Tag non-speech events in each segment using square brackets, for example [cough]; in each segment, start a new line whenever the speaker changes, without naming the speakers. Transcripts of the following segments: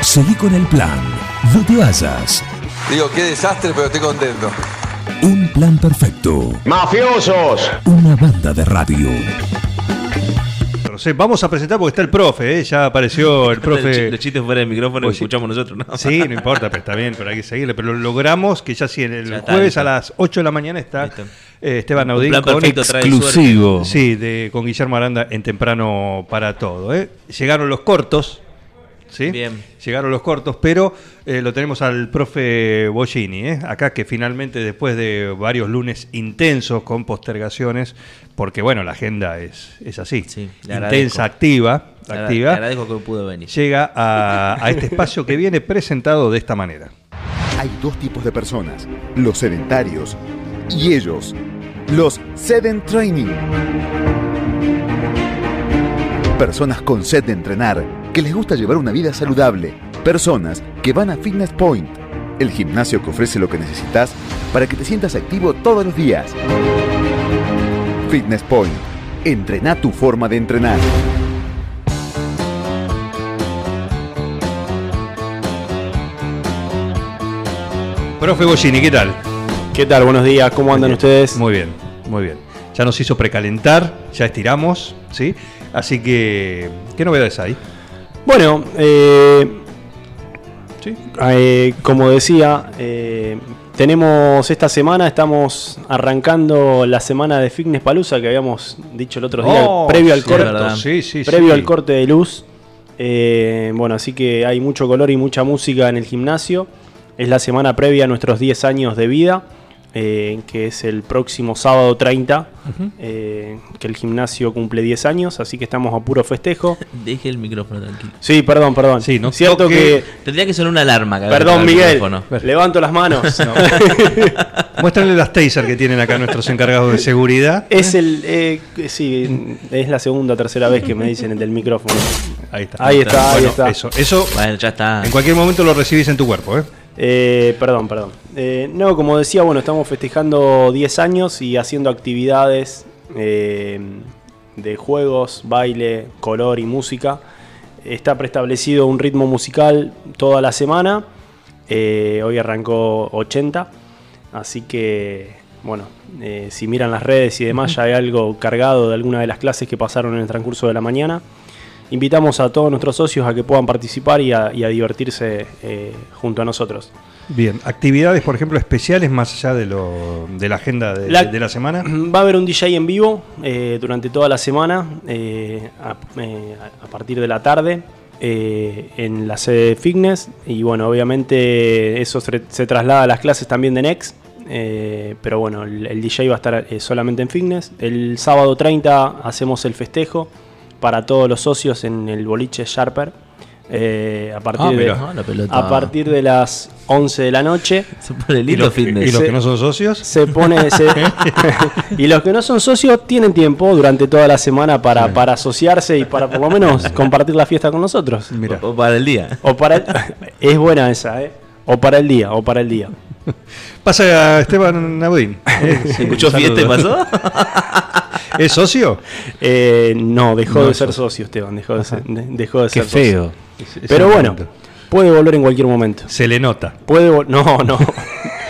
Seguí con el plan. No te vayas.
Digo, qué desastre, pero estoy contento.
Un plan perfecto.
¡Mafiosos!
Una banda de radio.
No sé, vamos a presentar porque está el profe, ¿eh? ya
[laughs]
apareció el profe.
Los chistes fuera del micrófono
Oye.
que escuchamos nosotros, ¿no? [laughs]
Sí, no importa, pero está bien, pero hay que seguirle. Pero logramos que ya sí, el, el
Ya está,
jueves
listo.
a las 8 de la mañana está
Listo.
eh,
Un
Esteban Audín
plan
con,
perfecto trae suerte.
Exclusivo.
sí, de, con Guillermo Aranda en temprano para todo. ¿eh? Llegaron los cortos. ¿Sí?
Bien.
Llegaron los cortos, pero eh, lo tenemos al profe Bollini, ¿eh? acá que finalmente después de varios lunes intensos con postergaciones, porque bueno, la agenda es, es así,
Sí, le agradezco.
intensa, activa,
Le agra-
activa
le agradezco que pudo venir.
llega a, a este espacio que viene presentado de esta manera.
Hay dos tipos de personas, los sedentarios y ellos, los sedent training. Personas con sed de entrenar, que les gusta llevar una vida saludable. Personas que van a Fitness Point, el gimnasio que ofrece lo que necesitas para que te sientas activo todos los días. Fitness Point, entrena tu forma de entrenar.
Profe Bollini, ¿qué tal?
¿Qué tal? Buenos días, ¿cómo andan ustedes?
Muy bien, muy bien. Ya nos hizo precalentar, ya estiramos, ¿sí? Así que, ¿qué novedades hay?
Bueno, eh,
Sí.
eh, como decía, eh, tenemos esta semana, estamos arrancando la semana de Fitness Palusa que habíamos dicho el otro día,
Oh,
previo al
sí,
corte.
verdad.
Sí, sí,
previo
sí.
al corte de luz. Eh, bueno, así que hay mucho color y mucha música en el gimnasio. Es la semana previa a nuestros 10 años de vida, eh, que es el próximo sábado 30, eh, que el gimnasio cumple 10 años, así que estamos a puro festejo.
Deje el micrófono tranquilo.
Sí, perdón, perdón.
Sí, no
Cierto
toque-
que...
Tendría que sonar una alarma. cada vez que
Perdón,
abre el
Miguel.
micrófono.
Levanto
[laughs]
las manos.
Muéstrale las taser que tienen acá nuestros encargados de seguridad.
[laughs] Es el... eh, sí, es la segunda o tercera vez que me dicen el del micrófono.
Ahí está.
Ahí está, ahí
Bueno,
está.
Eso, eso
Bueno, ya está. [laughs]
en cualquier momento lo recibís en tu cuerpo, ¿eh?
Eh, perdón, perdón. Eh, no, como decía, bueno, estamos festejando 10 años y haciendo actividades eh, de juegos, baile, color y música. Está preestablecido un ritmo musical toda la semana. Eh, hoy arrancó 80. Así que, bueno, eh, si miran las redes y demás, ya hay algo cargado de alguna de las clases que pasaron en el transcurso de la mañana. Invitamos a todos nuestros socios a que puedan participar y a, y a divertirse eh, junto a nosotros.
Bien, actividades, por ejemplo, especiales más allá de, lo, de la agenda de
La-
de la semana.
Va a haber un DJ en vivo eh, durante toda la semana, eh, a, eh, a partir de la tarde, eh, en la sede de Fitness. Y bueno, obviamente eso se, se traslada a las clases también de Next. eh, pero bueno, el, el DJ va a estar eh, solamente en Fitness. El sábado 30 hacemos el festejo para todos los socios en el boliche Sharper. eh, a, partir de,
mirá. Ah, la pelota.
a partir de las 11 de la noche.
Se pone
¿Y
lindo
los,
fitness.
y los
Sí.
que no son socios?
se pone se- [laughs] y los que no son socios tienen tiempo durante toda la semana para, para asociarse y para por lo menos compartir la fiesta con nosotros
Mira.
O para el día.
o para el- [laughs] es buena esa eh o para el día o para el día
Pasa a Esteban
[laughs]
Naudín.
[laughs] ¿Escuchó fiesta y pasó?
¿Es socio?
Eh, no dejó de ser socio Esteban dejó de ser, de- dejó
[laughs]
de
Qué
ser socio.
feo.
pero bueno puede volver en cualquier momento
Se le nota.
puede vol- no no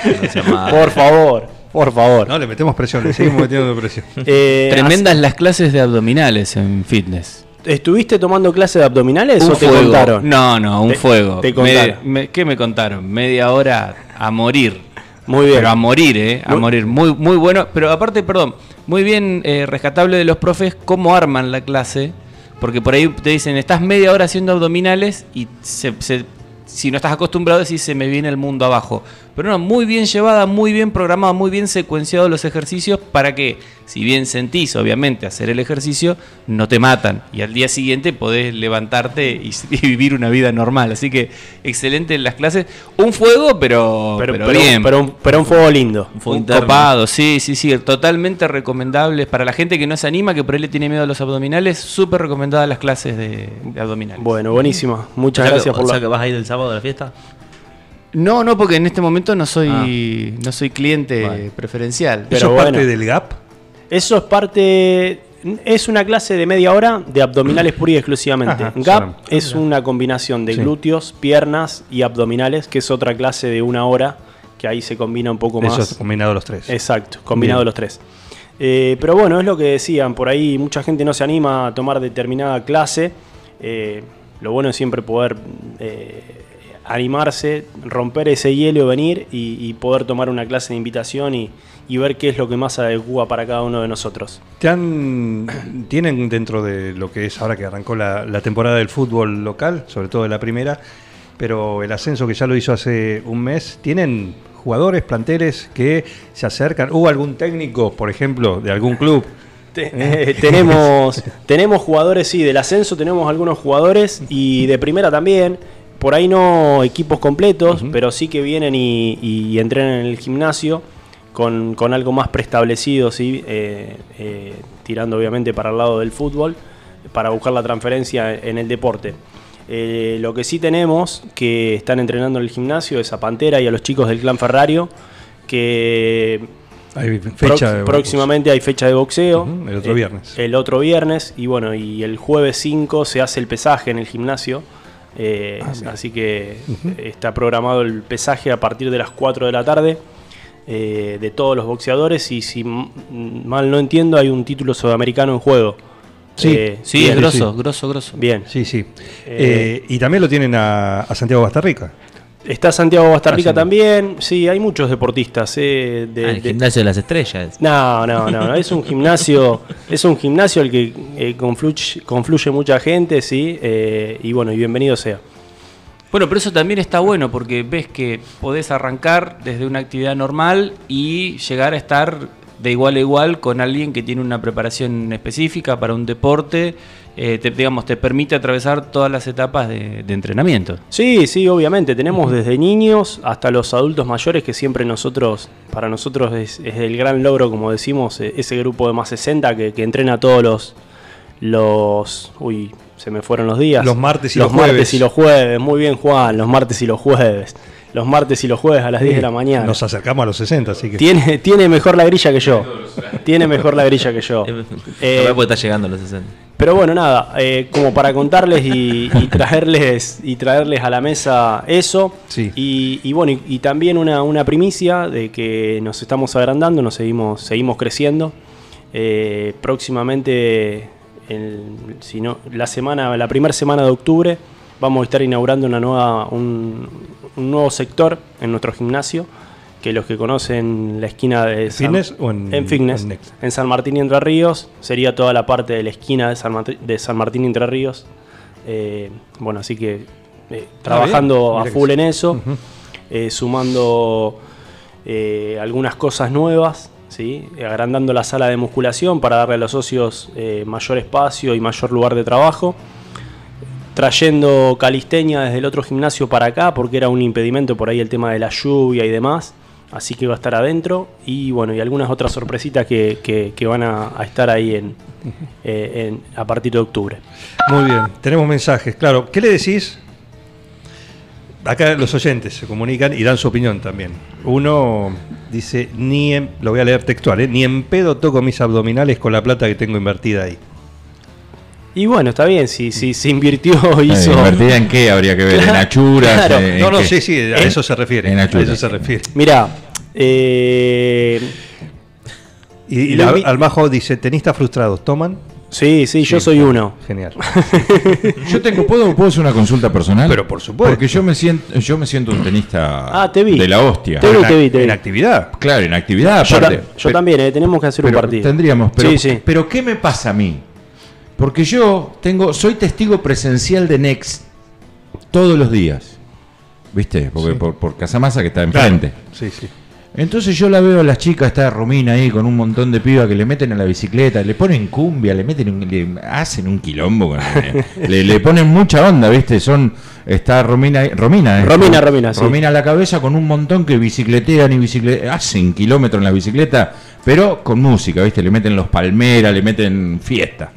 No
[laughs]
sea malo.
por favor por favor
No, le metemos presión, le seguimos metiendo [laughs] presión.
Eh,
Tremendas las clases de abdominales en fitness.
¿Estuviste tomando clase de abdominales o te
fuego.
contaron?
No, no, un
Te-
fuego.
te
Me-
contaron.
me- ¿Qué me contaron? Media hora a morir.
Muy bien.
Pero a morir, ¿eh? A
Muy-
morir. Muy, muy bueno. Pero aparte, perdón, muy bien eh, rescatable de los profes cómo arman la clase. Porque por ahí te dicen, estás media hora haciendo abdominales y se- se- si no estás acostumbrado decís, se me viene el mundo abajo. Pero no, muy bien llevada, muy bien programada, muy bien secuenciados los ejercicios para que, si bien sentís, obviamente, hacer el ejercicio, no te matan. Y al día siguiente podés levantarte y, [laughs] y vivir una vida normal. Así que, excelente las clases. Un fuego, pero,
pero,
pero,
pero-
bien.
pero un, pero un fuego lindo
Fue
Un
interno.
copado, sí, sí, sí, totalmente recomendable. Para la gente que no se anima, que por ahí le tiene miedo a los abdominales, súper recomendadas las clases de, de abdominales.
Bueno, buenísima.
O sea
Muchas
que-
gracias por
o
la.
sea que vas a ir el sábado a la fiesta.
No, no, porque en este momento no
Ah.
soy, no soy cliente preferencial.
Pero
¿Eso es
bueno.
parte del gap?
Eso es parte. Es una clase de media hora de abdominales pura y exclusivamente.
Ajá,
GAP
solamente.
es una combinación de
Sí.
glúteos, piernas y abdominales, que es otra clase de una hora, que ahí se combina un poco más.
Eso es combinado los tres.
Exacto, combinado
Bien.
los tres. Eh, pero bueno, es lo que decían, por ahí mucha gente no se anima a tomar determinada clase. Eh, lo bueno es siempre poder eh, animarse, romper ese hielo, venir y, y poder tomar una clase de invitación y, y ver qué es lo que más se adecua para cada uno de nosotros.
¿Te han- tienen dentro de lo que es ahora que arrancó la, la temporada del fútbol local, sobre todo de la primera, pero el ascenso que ya lo hizo hace un mes, ¿tienen jugadores, planteles que se acercan? ¿Hubo algún técnico, por ejemplo, de algún club?
[laughs] Te- eh, tenemos, tenemos jugadores, sí, del ascenso tenemos algunos jugadores y de primera también. Por ahí no equipos completos, pero sí que vienen y, y entrenan en el gimnasio con, con algo más preestablecido, sí, eh, eh, tirando obviamente para el lado del fútbol, para buscar la transferencia en el deporte. Eh, lo que sí tenemos que están entrenando en el gimnasio es a Pantera y a los chicos del Clan Ferrario, que
Hay fecha pues.
Prox-
de-
próximamente hay fecha de boxeo.
Ujú, el otro
Eh,
viernes.
El otro viernes. Y bueno, y el jueves 5 se hace el pesaje en el gimnasio. Eh,
Ah,
así que eh, está programado el pesaje a partir de las 4 de la tarde eh, de todos los boxeadores. Y si m- m- mal no entiendo, hay un título sudamericano en juego.
Sí,
Eh,
Sí,
bien,
es grosso, grosso, grosso.
Bien.
Sí, sí.
Eh,
Eh, y también lo tienen a, a Santiago Bastarrica.
Está Santiago Bastarrica
Ah, sí.
también. Sí, hay muchos deportistas. eh, de-
Ah, el
de-
gimnasio de las estrellas.
No, no, no, no, es un gimnasio, es un gimnasio el que eh, confluye, confluye mucha gente, sí, eh, y bueno, y bienvenido sea.
Bueno, pero eso también está bueno porque ves que podés arrancar desde una actividad normal y llegar a estar de igual a igual con alguien que tiene una preparación específica para un deporte, eh, te, digamos, te permite atravesar todas las etapas de,
[laughs]
de entrenamiento.
Sí, sí, obviamente, tenemos desde niños hasta los adultos mayores que siempre nosotros, para nosotros es, es el gran logro, como decimos, eh, ese grupo de más 60 que, que entrena todos los, los, uy, se me fueron los días.
Los martes y los
martes
jueves.
y los jueves, muy bien Juan, los martes y los jueves. Los martes y los jueves a las 10 de la mañana.
Eh, Nos acercamos a los 60, así que.
Tiene, tiene mejor la grilla que yo. Tiene mejor la grilla que yo. Eh,
Eh, porque está llegando a los 60.
pero bueno, nada, eh, como para contarles y,
[laughs]
y traerles y traerles a la mesa eso.
Sí.
Y, y bueno, y, y también una, una primicia de que nos estamos agrandando, nos seguimos, seguimos creciendo. Eh, próximamente, el- si no, la semana, la primera semana de octubre, vamos a estar inaugurando una nueva, un, un nuevo sector en nuestro gimnasio. Que los que conocen la esquina de San-
fitness o en-
fitness.
en Next?
En San Martín y Entre Ríos sería toda la parte de la esquina de San, Marti- de San Martín y Entre Ríos. Eh, bueno, así que eh, trabajando
bien,
a
mira que
full
sí.
en eso, eh, sumando eh, algunas cosas nuevas, ¿sí? agrandando la sala de musculación para darle a los socios eh, mayor espacio y mayor lugar de trabajo. Trayendo Calisteña desde el otro gimnasio para acá, porque era un impedimento por ahí el tema de la lluvia y demás. Así que va a estar adentro. Y bueno, y algunas otras sorpresitas que, que- que van a, a estar ahí en, eh, en- a partir de octubre.
Muy bien, tenemos mensajes, claro. ¿Qué le decís? Acá los oyentes se comunican y dan su opinión también. Uno dice, ni en- lo voy a leer textual, ¿eh? ni en pedo toco mis abdominales con la plata que tengo invertida ahí.
Y bueno, está bien, si, si se invirtió, hizo.
Eh, ¿Invertida en qué habría que ver? ¿En achuras?
claro.
¿En- en
No, no,
qué? ¿Eh?
sí, sí, a
En-
eso se refiere.
en
A
altura.
eso se refiere.
Mirá, eh,
Y, y
Lo
la-
vi-
Almajo dice, tenistas frustrados, ¿toman?
sí, sí, yo
Sí.
soy uno.
Genial.
Yo tengo, ¿puedo, ¿puedo hacer una consulta personal?
Pero por supuesto.
Porque yo me siento, yo me siento un tenista
Ah, te vi.
de la hostia.
Te vi,
En ac-
te vi, te vi.
En actividad.
Claro, en actividad
Yo, ta-
aparte.
yo
Pero-
también, eh, tenemos que hacer
pero
un partido.
Tendríamos, pero,
Sí, sí.
pero ¿qué me pasa a mí? Porque yo tengo, soy testigo presencial de Next todos los días. ¿Viste? Porque por, por Casamasa que está enfrente.
Sí, sí.
Entonces yo la veo a las chicas, está Romina ahí con un montón de pibas que le meten a la bicicleta, le ponen cumbia, le meten un- le hacen un quilombo, con- eh.
[laughs]
le, le ponen mucha onda, ¿viste? Son está Romina, ahí- Romina, ¿eh?
Romina, Romina, sí.
Romina a la cabeza con un montón que bicicletean y bicicle- hacen kilómetros en la bicicleta, pero con música, ¿viste? Le meten los palmeras, le meten fiesta.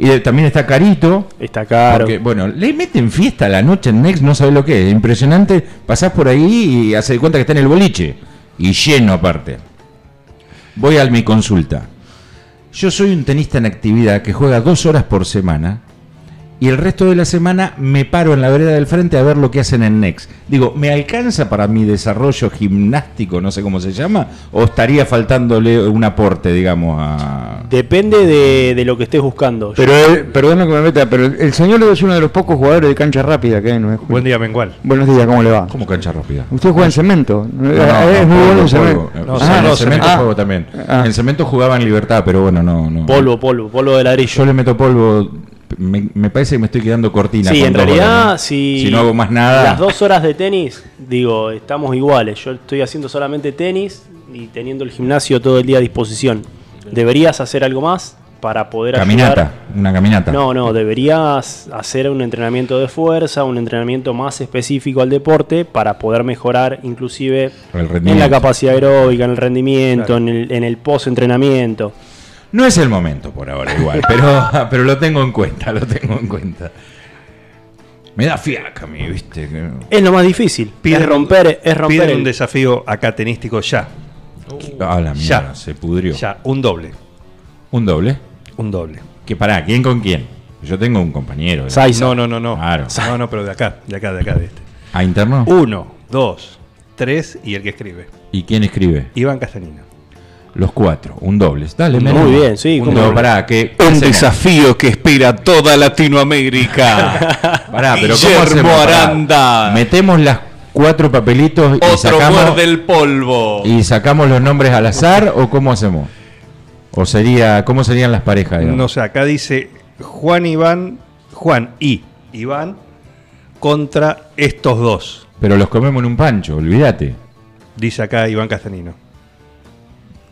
Y eh, también está Carito,
Está caro.
porque, bueno, le meten fiesta a la noche en Next, no sabes lo que es. Impresionante. Pasás por ahí y haces de cuenta que está en el boliche. Y lleno aparte. Voy a mi consulta. Yo soy un tenista en actividad que juega dos horas por semana y el resto de la semana me paro en la vereda del frente a ver lo que hacen en Next. Digo, ¿me alcanza para mi desarrollo gimnástico, no sé cómo se llama? ¿O estaría faltándole un aporte, digamos, a...
Depende de, de lo que estés buscando.
Pero él- perdón que me meta, pero el, el señor es uno de los pocos jugadores de cancha rápida que hay en Nueva Escuela.
Buen día, Mengual.
Buenos días, ¿cómo le va?
¿Cómo cancha rápida?
Usted juega en cemento.
No, no,
Eh, es
no,
muy bueno en
polvo,
cemento.
polvo.
No,
O
sí,
sea, en
no,
el cemento
cemento.
juego también.
Ah.
En cemento jugaba en libertad, pero bueno, no, no.
Polvo, polvo, polvo de
Yo
ladrillo.
le meto polvo. Me, me parece que me estoy quedando cortina.
Sí,
con
en
dos
realidad,
bolas, ¿no?
si,
no hago más nada.
Las dos horas de tenis, digo, estamos iguales. Yo estoy haciendo solamente tenis y teniendo el gimnasio todo el día a disposición. ¿Deberías hacer algo más para poder
Caminata,
ayudar?
una caminata.
No, no, deberías hacer un entrenamiento de fuerza, un entrenamiento más específico al deporte para poder mejorar inclusive
El
en la
rendimiento.
capacidad aeróbica, en el rendimiento, en el, en el post-entrenamiento.
No es el momento por ahora,
[laughs]
igual. pero, pero lo tengo en cuenta, lo tengo en cuenta. Me da fiaca a mí, viste. que-
Es lo más difícil.
Piden-
es romper, es romper
Piden
el-
un desafío acá tenístico ya.
Uh.
Ah, la mierda,
Ya.
se pudrió.
Ya, un doble.
Un doble.
Un doble.
Que pará, ¿quién con quién? Yo tengo un compañero. ¿eh?
Saiza.
No, no, no, no.
Claro.
No, no, pero de acá, de acá, de acá, de este.
¿A interno?
Uh.
Uno, dos, tres y el que escribe.
¿Y quién escribe?
Iván Castanina.
Los cuatro, un doble. Dale,
Muy
Melu.
bien, sí,
Un
cómo
doble,
no.
pará, que. ¿qué
Un
hacemos?
desafío que espera toda Latinoamérica.
[laughs]
Pará, pero ¿cómo
Guillermo
hacemos? Pará.
Aranda.
Metemos las cuatro papelitos y
Otro
sacamos,
muerde el polvo.
y sacamos los nombres al azar o cómo hacemos? ¿O sería cómo serían las parejas? digamos?
No sé, acá dice Juan Iván, Juan y Iván contra estos dos.
Pero los comemos en un pancho, olvídate.
Dice acá Iván Castanino.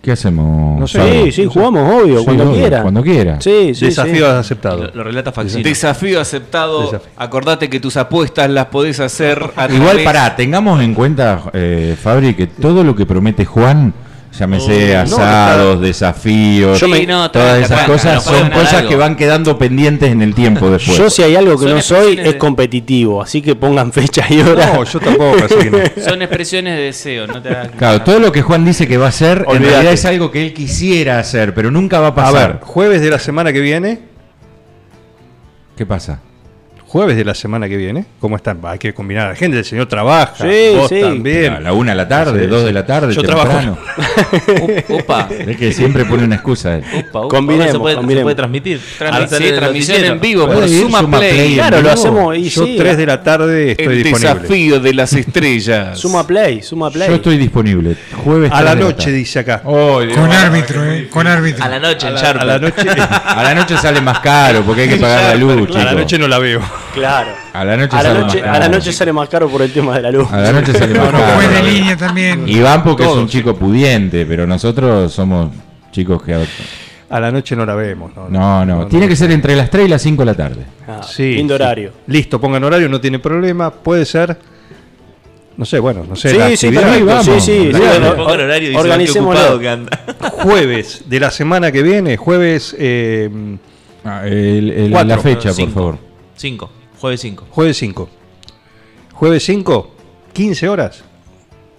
¿Qué hacemos?
No sé.
Sabro?
Sí, sí, jugamos, obvio,
Sí,
cuando
obvio,
quiera.
Cuando quiera.
Sí, sí,
Desafío
sí.
aceptado.
Lo, lo relata Faxino.
Desafío aceptado.
Desafío.
Acordate que tus apuestas las podés hacer a
Igual
[laughs]
través-
pará, tengamos en cuenta, eh, Fabri, que todo lo que promete Juan, llámese
Oh,
asados, desafíos,
Yo me- Sí, no,
todas
tranca,
esas
tranca,
cosas,
nos
son
pueden dar
cosas
algo.
que van quedando pendientes en
[laughs]
el tiempo después.
Yo si hay algo que
Son
no soy
expresiones
es
de-
competitivo, así que pongan fecha y hora.
No, yo tampoco, así
[laughs]
que no.
Son expresiones de deseo, no te hagas-
Claro, todo lo que Juan dice que va a hacer, en
Olvídate.
realidad es algo que él quisiera hacer, pero nunca va a
A
pasar.
ver, jueves de la semana que viene.
¿qué pasa?
Jueves de la semana que viene. ¿Cómo están? Va, Hay que combinar a la gente. El señor trabaja.
Sí,
vos
sí.
también.
A la una de la tarde,
Sí,
dos
sí.
de la tarde,
Yo [laughs]
temprano.
[laughs] Opa,
Es que siempre pone una excusa él.
opa, [laughs] opa.
Combinemos,
se, puede, se
combinemos.
puede transmitir.
Transmis-
Ahora
sí,
sale el
transmisión
noticiero.
en vivo por
Puede ir,
Suma
Suma
Play.
Play.
Eh, claro, lo
no.
hacemos y
Yo
sí,
3 de la tarde estoy
el
disponible.
desafío de las estrellas.
Suma play, suma play.
Yo estoy disponible. Jueves
A la
tarde de
noche,
tarde.
dice acá.
Oh, Dios.
Con árbitro, ¿eh? Con árbitro.
A la noche,
a,
en
la,
Sharper.
a la noche.
[laughs] A la noche sale más caro
[laughs]
porque hay que pagar la luz,
a la
chico.
noche no la veo.
Claro.
A la noche
A la
sale
noche,
más
a la
caro.
noche sale más caro por el tema de la luz.
A la [laughs] noche
[laughs]
sale más
No, no, fue de
caro.
línea también.
Iván porque es un chico pudiente, pero nosotros somos chicos que...
A la noche no la vemos. No,
No, no. Tiene que ser entre las 3 y las 5 de la tarde.
Ah,
Sí,
lindo
sí.
horario.
Listo, pongan horario, no tiene problema. Puede ser. No sé, bueno, no sé.
Sí,
la
sí,
actividad.
perfecto,
vamos.
sí, sí,
Dale,
sí,
Claro,
or-
le pongo el horario y dice, "Qué
organicémoslo.
ocupado que anda. [laughs]
Jueves de la semana que viene, jueves eh,
Ah, el- el-
Cuatro.
la fecha, por
Cinco.
favor.
Cinco. Jueves 5.
jueves 5. Jueves 5, 15 horas.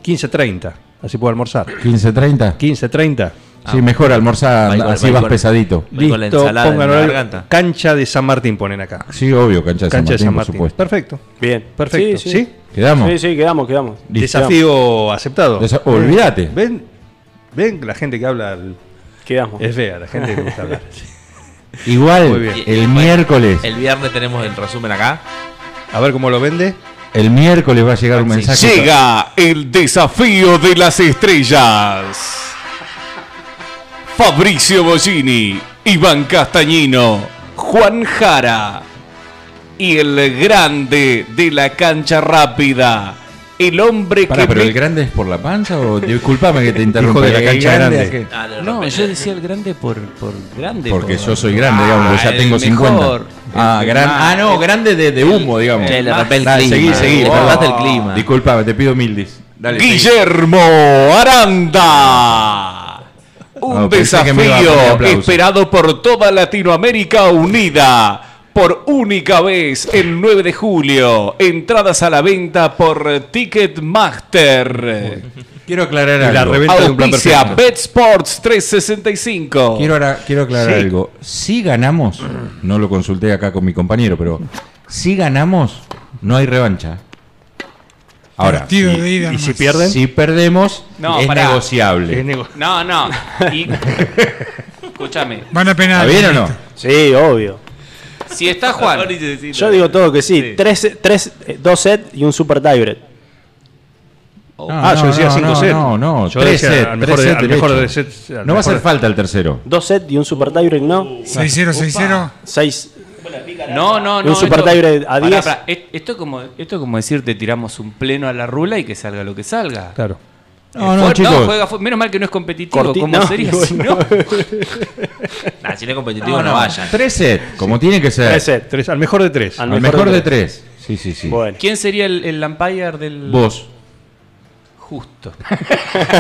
15.30. Así puedo almorzar.
15.30.
15.30.
Sí, mejor almorzar,
Ahí va,
así
ahí va.
vas pesadito.
Voy con la
Listo,
ensalada en
pongan
la
horario.
garganta.
Cancha de San Martín ponen acá.
Sí, obvio, cancha de San
Cancha de
Martín,
San
por
Martín.
supuesto.
Perfecto.
Bien.
Perfecto.
Sí,
Sí,
sí.
¿Quedamos?
Sí, sí, quedamos, quedamos.
Listo.
Desafío aceptado.
Desa- Olvídate.
Ven, ven la gente que habla al-
Quedamos.
es fea, la gente que gusta hablar. Muy
Igual,
bien.
el miércoles,
El viernes tenemos el resumen acá.
A ver cómo lo vende.
el miércoles va a llegar un
Sí.
mensaje.
Llega el desafío de las estrellas. Fabricio Bollini, Iván Castañino, Juan Jara y el grande de la cancha rápida. El hombre
Pará,
que...
pero
me-
el grande es por la panza o disculpame [laughs] que te
Hijo
interrumpa
de
el
la cancha
grande
grande.
es que-
Ah, le
No,
rompe-
yo decía el grande por, por grande.
Porque
por-
yo soy grande,
Ah,
digamos, porque ya
el
tengo 50.
mejor.
ah,
El
gran,
más.
ah, no, grande de, de humo, digamos.
Che, le
Ah,
rompe el
dale,
clima.
Seguí, seguí.
Le
perdón.
rompe el clima.
Disculpame, te pido mildis. Dale, seguí.
Guillermo Aranda. Un
Ah,
No, pensé que me iba a
desafío
poner aplausos.
esperado por toda Latinoamérica unida
por única vez el 9 de julio. Entradas a la venta por Ticketmaster.
Quiero aclarar
La
algo.
reventa de un plan Auspicia perfecto. BetSports 365.
Quiero, ara- quiero aclarar
Sí.
algo. Si ganamos, no lo consulté acá con mi compañero, pero si ganamos, no hay revancha. Ahora,
Partido de ida nomás.
Si perdemos, es
pará.
Ah,
negociable.
no, no.
[laughs]
Y- Escúchame.
Van a
¿Está
penal.
bien o no?
Sí, obvio.
Si está Juan.
Yo digo todo que sí. Tres, tres, eh, dos sets y un super tiebreak.
Ah, yo decía cinco
no,
sets.
No, no,
Yo
tres
decía
sets.
al
tres
mejor de-
sets
al
derecho.
mejor de sets, al
No va a
mejor
hacer
de-
falta el tercero.
Dos sets y un super tiebreak, ¿no?
Uh.
6-0, 6-0.
Seis.
No, no,
Un
no.
super
esto-
tiebreak a
Pará,
10.
pará, es- Esto es como, esto es como decirte tiramos un pleno a la rula y que salga lo que salga.
Claro.
No,
Eh,
no,
fue-
chicos.
juega fu- menos mal que no es competitivo,
Corti-
como
no, [laughs]
sería
no,
si no.
Nah, si no es competitivo, no, vayan.
Tres sets, como tiene que ser.
Tres sets.
Tres, al mejor de tres.
Al
Al mejor de tres. Sí, sí, sí.
Bueno.
¿Quién sería el, el umpire del
Vos.
justo? [laughs]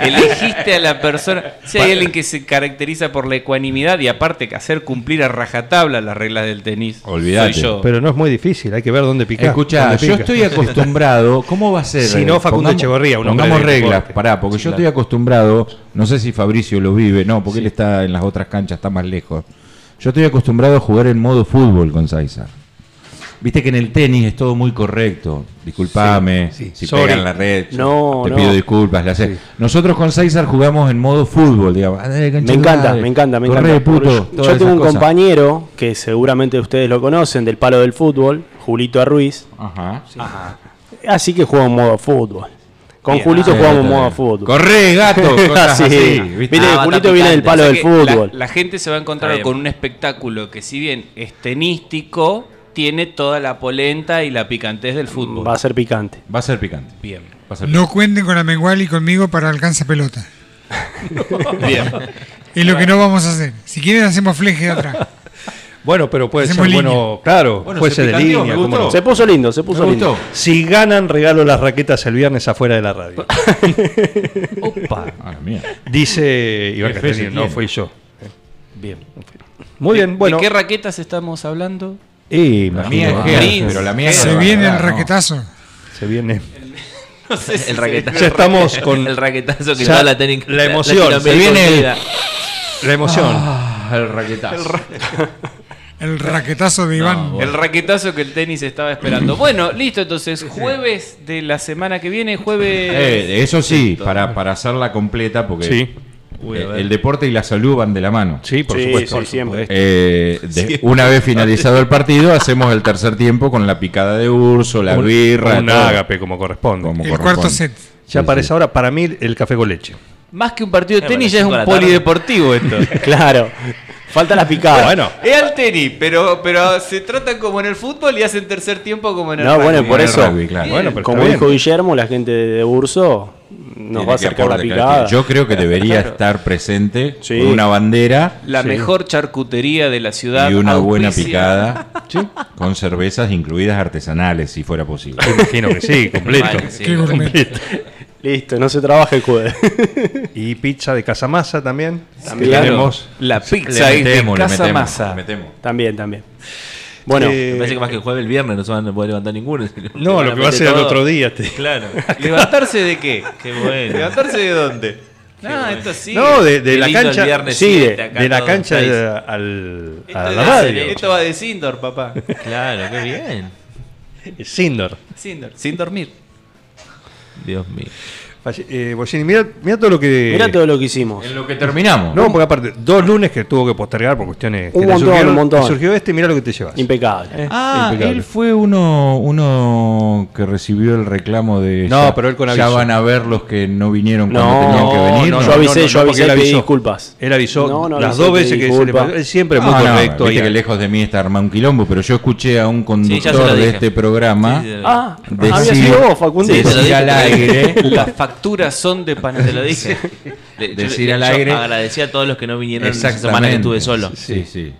Elegiste a la persona. Si hay alguien que se caracteriza por la ecuanimidad y aparte que hacer cumplir a rajatabla las reglas del tenis.
Olvídate.
Soy yo.
Pero no es muy difícil, hay que ver dónde picar.
Escucha,
dónde
yo
pica.
estoy acostumbrado. ¿Cómo va a ser?
Si no, Facundo Echeverría, un hombre
Pongamos
de
reglas,
deporte.
pará, porque
Sí,
yo
claro.
estoy acostumbrado. No sé si Fabricio lo vive, no, porque él está en las otras canchas, está más lejos. Yo estoy acostumbrado a jugar en modo fútbol con Saiza. Viste que en el tenis es todo muy correcto. Disculpame
Sí, sí.
si
Sorry.
pegan la red. yo
No,
te
no.
pido disculpas. la sé. Nosotros con Saizar jugamos en modo fútbol, digamos. Andá, cancha,
Me encanta,
dale.
me encanta, me
Corre,
encanta.
puto,
Yo- yo tengo
todas esas
un
cosas.
compañero que seguramente ustedes lo conocen, del palo del fútbol, Julito Ruiz.
Ajá.
Así que juega en modo fútbol. Con
Bien,
Julito
ah, Sí,
jugamos en
está
modo
bien.
fútbol. [laughs]
Corre, gato. Cosas
Sí.
así,
Viste que
va a
Julito
estar
viene del
picante.
palo
O sea
del
que la-
fútbol.
La, gente se va a encontrar
Está bien.
con un espectáculo que si bien es tenístico, tiene toda la polenta y la picantez del fútbol.
Va a ser picante.
Va a ser picante.
Bien.
Va a ser
No cuenten con Amengual y conmigo para alcanza pelota.
Bien.
Es lo que no vamos a hacer. Si quieren hacemos fleje de atrás.
Bueno, pero puede
Hacemos
ser
línea.
bueno, claro,
Bueno,
puede
se
ser de
picanteó,
línea.
me
cómo
gustó.
no.
Se puso lindo, se puso
Me
lindo.
gustó.
Si ganan, regalo las raquetas el viernes afuera de la [laughs] radio.
Opa.
Ah, la mía.
Dice Iván
Qué fe se
Castañeda, no
tiene.
fui yo.
Bien.
Muy
¿De-
bien, bueno.
¿De qué raquetas estamos hablando?
Eh,
La mía es
imagino,
Gers,
Prince.
pero la mía es
Se
de
viene el
verdad, Ah, ¿no?
raquetazo.
se viene.
No [laughs] sé si
El raquetazo.
Ya estamos
[laughs]
con-
el raquetazo que
ya
da la técnica.
la emoción, se
viene el-
La emoción.
Ah, el raquetazo.
El raquetazo de Iván.
El raquetazo que el tenis estaba esperando. Bueno, listo, entonces, jueves de la semana que viene, jueves.
Eh, eso sí, para, para hacerla completa, porque
Sí.
Uy, a
eh,
ver.
el deporte y la salud van de la mano.
Sí, por
Sí,
supuesto.
sí,
por
siempre.
supuesto.
Eh, de- una vez finalizado el partido, hacemos el tercer tiempo con la picada de urso, la
Un-
birra,
Un
todo.
ágape, como corresponde.
Como
El
corresponde.
cuarto set.
Ya
Sí,
parece
sí.
ahora, para mí, el café con leche.
Más que un partido de
Eh, bueno,
tenis, ya
cinco
es
de
un
la tarde.
polideportivo esto.
[laughs] Claro. Falta la picada.
Bueno,
Es al tenis, pero, pero se tratan como en el fútbol y hacen tercer tiempo como en el
No,
rugby.
bueno, por
el
eso,
rugby, claro.
bueno, pero
como
está
dijo
bien.
Guillermo, la gente de de Urso nos
Tiene
va a
que
acercar la
aportar, claro,
picada.
tiene- Yo creo
[laughs]
que debería estar presente
Sí.
con una bandera
La mejor charcutería de la ciudad.
y una buena
auspicia-
[laughs] picada con cervezas incluidas artesanales, si fuera posible.
imagino que [laughs] sí, completo.
Vale, sí.
Qué gourmet.
Listo, no se trabaja el jueves. [laughs]
Y pizza de casamasa también.
También.
Que tenemos.
La
Le
pizza es de
metemos, le
casa
metemos,
masa.
le metemos.
también, también. Bueno,
Eh,
Me parece que más que el jueves, el viernes no se van a poder levantar ninguno.
No, lo que va a ser el otro día. te-
Claro.
¿Levantarse de qué?
Qué bueno.
¿Levantarse de dónde? No, esto sí.
No, de, de
Qué
la
lindo el
cancha.
viernes
sí, de,
siete acá
de la
todos
cancha
estáis.
de- al,
Esto
a
es
la
de-
radio.
Esto va de Sindor, papá.
Claro, qué bien.
Es indoor.
Sindor, sin dormir.
Dios mío.
Falle- Eh, Bollini, mira, mira todo lo que.
eh.
mirá todo lo que hicimos.
En lo que terminamos.
No, pues, porque aparte, dos lunes que tuvo que postergar por cuestiones
Un
que te
montón,
surgieron,
un montón.
te surgió este, mira lo que te llevas.
Impecable.
Ah,
Impecable.
él fue uno, uno que recibió el reclamo de.
No,
ya-
pero él con
Ya
aviso.
van a ver los que no vinieron cuando
No,
tenían que venir.
no,
¿no?
yo avisé, yo
porque
avisé,
él
pedí disculpas.
Él avisó
No, no
las
avisé,
dos
pedí
veces que se le
disculpas.
pasó. Él siempre es
Ah,
muy
no,
correcto.
viste
y-
que lejos de mí está armado un quilombo, pero yo escuché a
Sí, ya
un
se lo
conductor de
dije.
este programa
Sí, se lo-
Ah,
decir,
había sido vos, Facundito.
Sí, se lo
decir
dije, te
al
lo
aire,
Las facturas son de pan.
Te lo dije. De- yo-
Decir
de-
al
yo
aire.
Agradecí a todos los que no vinieron esa
exactamente.
semana que estuve solo.
Sí, sí.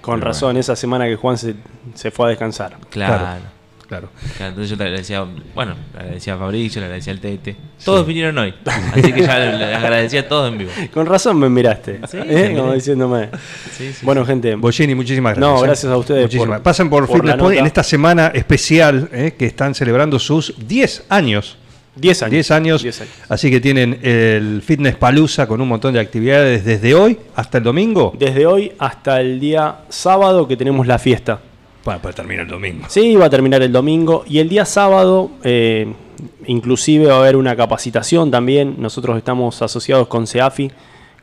Con razón, esa semana que Juan se, se fue a descansar.
Claro.
Claro.
Entonces yo le agradecía, bueno, le agradecía a Fabricio, le agradecía al Tete. Todos vinieron hoy. Así que ya les agradecía a todos en vivo.
Con razón me miraste.
Sí,
¿eh?
te miré.
Como diciéndome.
Sí, sí,
bueno, gente.
Bollini, muchísimas gracias.
No,
¿eh?
gracias a ustedes.
Muchísimas. Pasen por, Fitness
la
Point
nota.
en esta semana especial eh, que están celebrando sus 10 años.
10 años.
10 años. Así que tienen el Fitness Palusa con un montón de actividades desde hoy hasta el domingo.
Desde hoy hasta el día sábado que tenemos la fiesta.
Para, terminar el domingo.
Sí, va a terminar el domingo. Y el día sábado, eh, inclusive va a haber una capacitación también. Nosotros estamos asociados con CEAFI,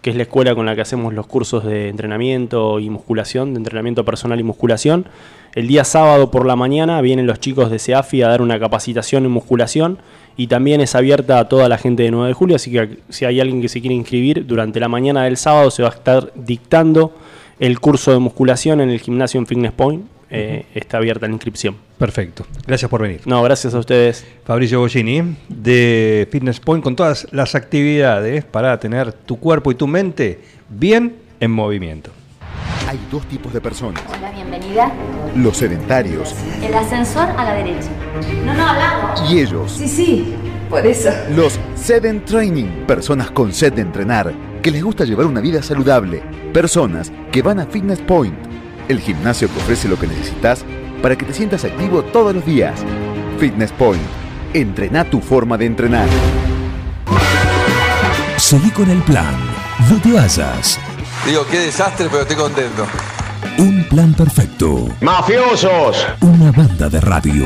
que es la escuela con la que hacemos los cursos de entrenamiento y musculación, de entrenamiento personal y musculación. El día sábado por la mañana vienen los chicos de CEAFI a dar una capacitación en musculación y también es abierta a toda la gente de 9 de julio, así que si hay alguien que se quiere inscribir, durante la mañana del sábado se va a estar dictando el curso de musculación en el gimnasio en Fitness Point. Eh, Está abierta la inscripción.
Perfecto. Gracias por venir.
No, gracias a ustedes.
Fabricio Bollini de Fitness Point con todas las actividades para tener tu cuerpo y tu mente bien en movimiento.
Hay dos tipos de personas.
La bienvenida.
Los sedentarios
El ascensor a la derecha. No, no, hablamos.
y ellos.
Sí, sí, por eso.
Los Sedent Training, personas con sed de entrenar, que les gusta llevar una vida saludable, personas que van a Fitness Point, el gimnasio que ofrece lo que necesitas para que te sientas activo todos los días. Fitness Point, entrena tu forma de entrenar.
Seguí con el plan. No te vayas.
Digo, qué desastre, pero estoy contento.
Un plan perfecto.
¡Mafiosos!
Una banda de radio.